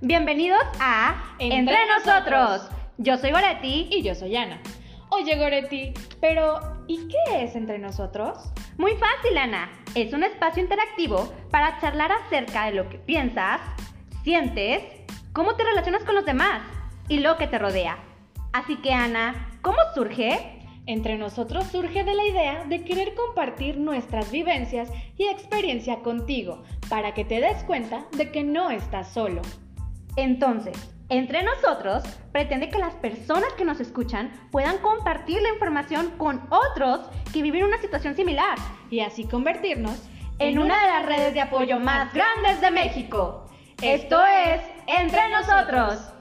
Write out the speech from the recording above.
Bienvenidos a Entre Entre Nosotros. Nosotros. Yo soy Goretti. Y yo soy Ana. Oye, Goretti, pero ¿y qué es entre nosotros? Muy fácil, Ana. Es un espacio interactivo para charlar acerca de lo que piensas, sientes, cómo te relacionas con los demás y lo que te rodea. Así que, Ana, ¿cómo surge? Entre nosotros surge de la idea de querer compartir nuestras vivencias y experiencia contigo para que te des cuenta de que no estás solo. Entonces, Entre Nosotros pretende que las personas que nos escuchan puedan compartir la información con otros que viven una situación similar Y así convertirnos en una de las redes de apoyo más grandes de México. Esto es Entre Nosotros.